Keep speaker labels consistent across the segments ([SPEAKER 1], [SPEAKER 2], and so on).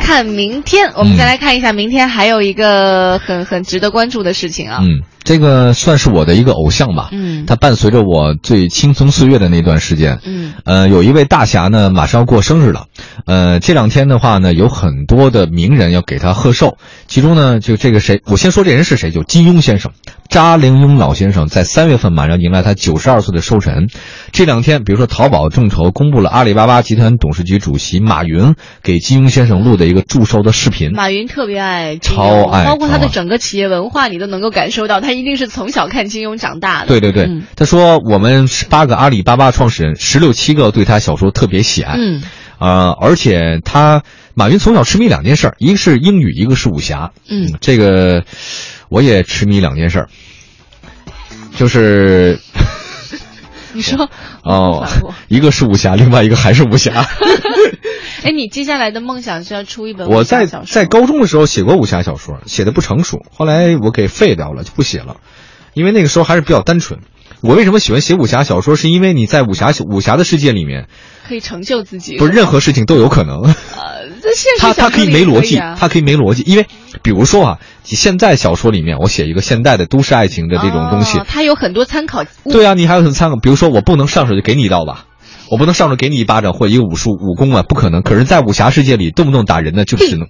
[SPEAKER 1] 看明天，我们再来看一下明天还有一个很很值得关注的事情啊。
[SPEAKER 2] 嗯，这个算是我的一个偶像吧。
[SPEAKER 1] 嗯
[SPEAKER 2] 他伴随着我最青葱岁月的那段时间。
[SPEAKER 1] 嗯
[SPEAKER 2] 呃，有一位大侠呢，马上要过生日了。呃，这两天的话呢，有很多的名人要给他贺寿，其中呢，就这个谁，我先说这人是谁，就金庸先生，查良镛老先生，在三月份马上迎来他九十二岁的寿辰。这两天，比如说淘宝众筹公布了阿里巴巴集团董事局主席马云给金庸先生录的一个祝寿的视频。
[SPEAKER 1] 马云特别爱金庸
[SPEAKER 2] 超爱
[SPEAKER 1] 包括他
[SPEAKER 2] 超
[SPEAKER 1] 的
[SPEAKER 2] 爱
[SPEAKER 1] 整个企业文化，你都能够感受到，他一定是从小看金庸长大的。
[SPEAKER 2] 对对对，
[SPEAKER 1] 嗯
[SPEAKER 2] 他说我们八个阿里巴巴创始人，十六七个对他小说特别喜爱。
[SPEAKER 1] 嗯
[SPEAKER 2] 呃，而且他马云从小痴迷两件事儿，一个是英语，一个是武侠。
[SPEAKER 1] 嗯，
[SPEAKER 2] 这个我也痴迷两件事儿，就是
[SPEAKER 1] 你说，
[SPEAKER 2] 哦
[SPEAKER 1] 反驳，
[SPEAKER 2] 一个是武侠，另外一个还是武侠。
[SPEAKER 1] 哎，你接下来的梦想是要出一本
[SPEAKER 2] 我
[SPEAKER 1] 武侠
[SPEAKER 2] 在
[SPEAKER 1] 小说
[SPEAKER 2] 在高中的时候写过武侠小说，写的不成熟，后来我给废掉了，就不写了，因为那个时候还是比较单纯。我为什么喜欢写武侠小说？是因为你在武侠武侠的世界里面，
[SPEAKER 1] 可以成就自己，
[SPEAKER 2] 不是任何事情都有可能。
[SPEAKER 1] 呃，这现实
[SPEAKER 2] 他
[SPEAKER 1] 小
[SPEAKER 2] 他
[SPEAKER 1] 说
[SPEAKER 2] 可以
[SPEAKER 1] 里
[SPEAKER 2] 没逻
[SPEAKER 1] 啊
[SPEAKER 2] 辑，他可以没逻辑，因为比如说啊，现在小说里面我写一个现代的都市爱情的这种东西
[SPEAKER 1] 哦，它有很多参考物。
[SPEAKER 2] 对啊，你还有什么参考？比如说我不能上手就给你一刀吧，我不能上手给你一巴掌或者一个武术武功啊，不可能。可是，在武侠世界里，动不动打人呢，就只能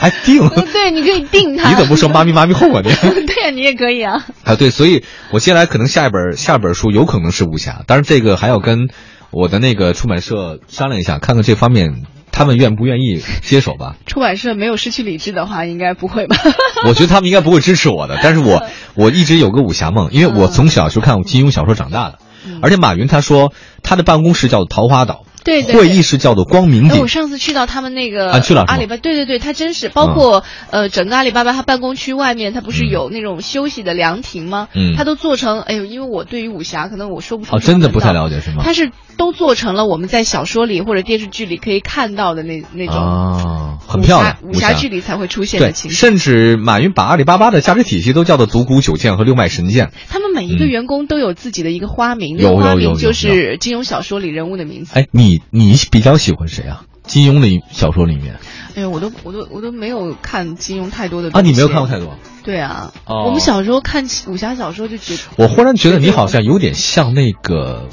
[SPEAKER 2] 还 定。
[SPEAKER 1] 嗯对，你可以定它。
[SPEAKER 2] 你怎么不说妈咪妈咪哄我呢？
[SPEAKER 1] 对呀，你也可以啊。
[SPEAKER 2] 啊，对，所以我接下来可能下一本下一本书有可能是武侠，当然这个还要跟我的那个出版社商量一下，看看这方面他们愿不愿意接手吧。
[SPEAKER 1] 出版社没有失去理智的话，应该不会吧？
[SPEAKER 2] 我觉得他们应该不会支持我的，但是
[SPEAKER 1] 嗯
[SPEAKER 2] 我我一直有个武侠梦，因为我从小就看金庸小说长大的，
[SPEAKER 1] 嗯
[SPEAKER 2] 而且马云他说他的办公室叫桃花岛，
[SPEAKER 1] 对对对
[SPEAKER 2] 会议室叫做光明
[SPEAKER 1] 哎，
[SPEAKER 2] 顶
[SPEAKER 1] 我，上次去到他们那个
[SPEAKER 2] 啊去了是嗯吗
[SPEAKER 1] 阿里巴巴，对对对，它真是包括、呃整个阿里巴巴它办公区外面，它不是有那种休息的凉亭吗？
[SPEAKER 2] 嗯
[SPEAKER 1] 它都做成，哎呦，因为我对于武侠可能我说不出
[SPEAKER 2] 哦，
[SPEAKER 1] 什么
[SPEAKER 2] 真的不
[SPEAKER 1] 门道
[SPEAKER 2] 太了解是吗？
[SPEAKER 1] 它是都做成了我们在小说里或者电视剧里可以看到的那那种、
[SPEAKER 2] 啊，很漂亮，
[SPEAKER 1] 武侠武侠剧里才会出现的
[SPEAKER 2] 对，
[SPEAKER 1] 情景。
[SPEAKER 2] 甚至马云把阿里巴巴的价值体系都叫做独孤九剑和六脉神剑。
[SPEAKER 1] 他们每一个员工都有自己的一个花名，那
[SPEAKER 2] 有
[SPEAKER 1] 个花
[SPEAKER 2] 有
[SPEAKER 1] 名
[SPEAKER 2] 有
[SPEAKER 1] 就
[SPEAKER 2] 有
[SPEAKER 1] 是金庸小说里人物的名字。
[SPEAKER 2] 哎，你你比较喜欢谁啊？金庸里小说里面
[SPEAKER 1] 哎呦，我都我都我都没有看金庸太多的
[SPEAKER 2] 啊，
[SPEAKER 1] 东西
[SPEAKER 2] 你没有看过太多。
[SPEAKER 1] 对啊，
[SPEAKER 2] 哦
[SPEAKER 1] 我们小时候看武侠小说就觉得
[SPEAKER 2] 我忽然觉得你好像有点像那个，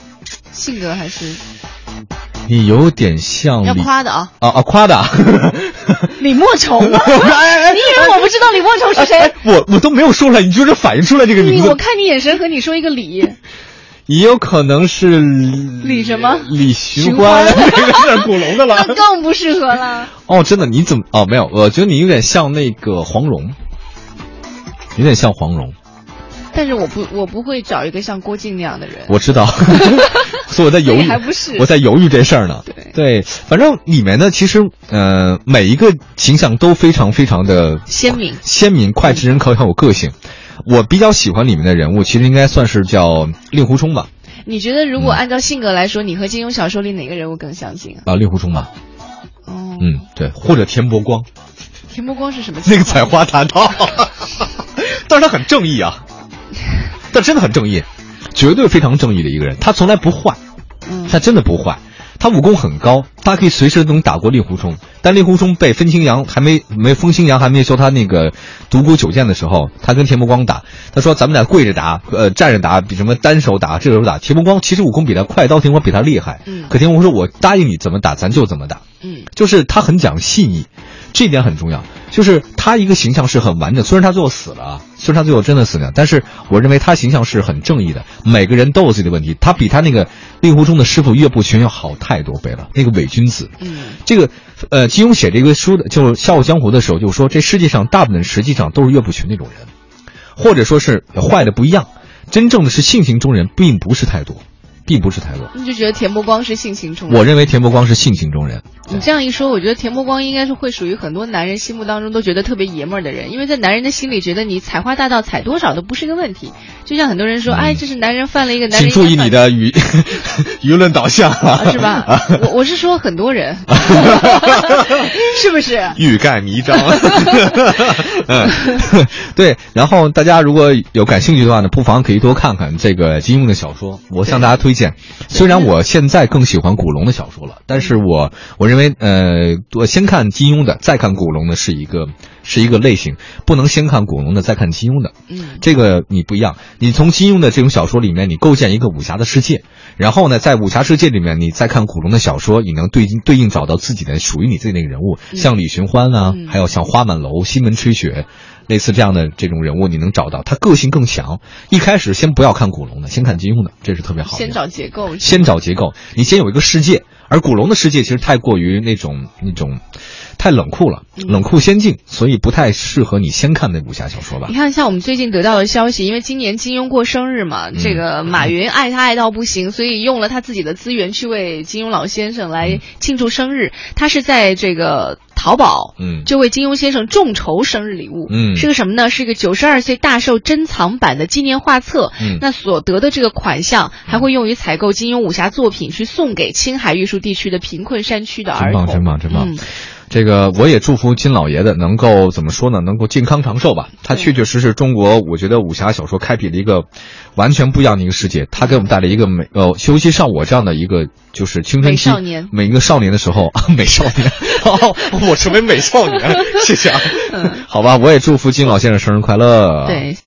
[SPEAKER 1] 性格还是
[SPEAKER 2] 你有点像
[SPEAKER 1] 要
[SPEAKER 2] 李
[SPEAKER 1] 夸的啊，
[SPEAKER 2] 啊啊夸的啊，
[SPEAKER 1] 李莫愁吗？
[SPEAKER 2] 哎哎哎
[SPEAKER 1] 你以为我不知道李莫愁是谁？
[SPEAKER 2] 我我都没有说出来，你就能反应出来这个
[SPEAKER 1] 你
[SPEAKER 2] 名
[SPEAKER 1] 我
[SPEAKER 2] 字，
[SPEAKER 1] 看你眼神和你说一个李，
[SPEAKER 2] 也有可能是李
[SPEAKER 1] 李什么
[SPEAKER 2] 李寻
[SPEAKER 1] 寻
[SPEAKER 2] 欢，
[SPEAKER 1] 欢
[SPEAKER 2] 那个有点古龙 的
[SPEAKER 1] 那
[SPEAKER 2] 了。
[SPEAKER 1] 更不适合了。
[SPEAKER 2] 哦，真的，你怎么？哦，没有，我觉得你有点像那个黄蓉，有点像黄蓉。
[SPEAKER 1] 但是我不我不会找一个像郭靖那样的人。
[SPEAKER 2] 我 知道，所以我在
[SPEAKER 1] 所
[SPEAKER 2] 犹豫，
[SPEAKER 1] 以还不是
[SPEAKER 2] 我在犹豫这事儿呢。
[SPEAKER 1] 对
[SPEAKER 2] 反正里面呢，其实呃，每一个形象都非常非常的
[SPEAKER 1] 鲜明
[SPEAKER 2] 鲜明、脍炙人口，很有个性。我比较喜欢里面的人物，其实应该算是叫令狐冲吧，
[SPEAKER 1] 你觉得如
[SPEAKER 2] 嗯
[SPEAKER 1] 果按照性格来说，你和金庸小说里哪个人物更相近啊？
[SPEAKER 2] 啊，令狐冲吧，
[SPEAKER 1] 哦，
[SPEAKER 2] 嗯，对，或者田伯光
[SPEAKER 1] 田伯光是什么情
[SPEAKER 2] 那
[SPEAKER 1] 况？
[SPEAKER 2] 个采花大盗， 但是他很正义啊，但真的很正义，绝对非常正义的一个人，他从来不坏。
[SPEAKER 1] 嗯
[SPEAKER 2] 他真的不坏，他武功很高，他可以随时能打过令狐冲。但令狐冲被分清阳还没没风清扬还没修他那个独孤九剑的时候，他跟田伯光打，他说咱们俩跪着打，呃，站着打，比什么单手打，这手打。田伯光其实武功比他快，刀田伯光比他厉害，
[SPEAKER 1] 嗯
[SPEAKER 2] 可田伯光说我答应你怎么打，咱就怎么打。
[SPEAKER 1] 嗯
[SPEAKER 2] 就是他很讲细腻，这一点很重要。就是他一个形象是很完整，虽然他最后死了啊，虽然他最后真的死了，但是我认为他形象是很正义的。每个人都有自己的问题，他比他那个令狐冲的师傅岳不群要好太多倍了，那个伪君子。
[SPEAKER 1] 嗯，
[SPEAKER 2] 这个，呃，金庸写这个书的，就是《笑傲江湖》的时候，就说这世界上大部分人实际上都是岳不群那种人，或者说是坏的不一样，真正的是性情中人，并不是太多，并不是太多。
[SPEAKER 1] 你就觉得田伯光是性情中人。
[SPEAKER 2] 我认为田伯光是性情中人，
[SPEAKER 1] 你这样一说，我觉得田伯光应该是会属于很多男人心目当中都觉得特别爷们儿的人，因为在男人的心里，觉得你采花大盗采多少都不是个问题。就像很多人说，哎，这是男人犯了一个男
[SPEAKER 2] 嗯请
[SPEAKER 1] 人，
[SPEAKER 2] 注意你的舆 舆论导向啊
[SPEAKER 1] 啊，是吧？我我是说 很多人，是不是？
[SPEAKER 2] 欲盖弥彰。 嗯， 对。然后大家如果有感兴趣的话呢，不妨可以多看看这个金庸的小说。我向大家推荐，虽然我现在更喜欢古龙的小说了，但是我我认为，呃，我先看金庸的，再看古龙的是一个是一个类型，不能先看古龙的再看金庸的。
[SPEAKER 1] 嗯，
[SPEAKER 2] 这个你不一样，你从金庸的这种小说里面，你构建一个武侠的世界，然后呢，在武侠世界里面，你再看古龙的小说，你能对应对应找到自己的属于你自己那个人物，
[SPEAKER 1] 嗯
[SPEAKER 2] 像李寻欢啊，
[SPEAKER 1] 嗯
[SPEAKER 2] 还有像花满楼、西门吹雪，类似这样的这种人物，你能找到他个性更强。一开始先不要看古龙的，先看金庸的，这是特别好的。
[SPEAKER 1] 先找结构，
[SPEAKER 2] 先找结构，你先有一个世界。而古龙的世界其实太过于那种那种，太冷酷了，
[SPEAKER 1] 嗯
[SPEAKER 2] 冷酷先进，所以不太适合你先看那武侠小说吧
[SPEAKER 1] 你。看，像我们最近得到的消息，因为今年金庸过生日嘛，
[SPEAKER 2] 嗯
[SPEAKER 1] 这个马云爱他爱到不行，所以用了他自己的资源去为金庸老先生
[SPEAKER 2] 嗯
[SPEAKER 1] 来庆祝生日。他是在这个淘宝
[SPEAKER 2] 嗯，
[SPEAKER 1] 就为金庸先生众筹生日礼物，
[SPEAKER 2] 嗯
[SPEAKER 1] 是个什么呢？是个九十二岁大寿珍藏版的纪念画册。
[SPEAKER 2] 嗯
[SPEAKER 1] 那所得的这个款项还会用于采购金庸武侠作品，去送给青海玉树地区的贫困山区的儿童。
[SPEAKER 2] 真棒，真棒，真棒！
[SPEAKER 1] 嗯
[SPEAKER 2] 这个我也祝福金老爷子能够怎么说呢？能够健康长寿吧。他确确实实中国，我觉得武侠小说开辟了一个完全不一样的一个世界。他给我们带来一个美呃，尤其像我这样的一个就是青春期
[SPEAKER 1] 美少年
[SPEAKER 2] 每一个少年的时候， 啊美少 年，哦，我成为美少年，谢谢啊。好吧，我也祝福金老先生生日快乐。
[SPEAKER 1] 嗯对，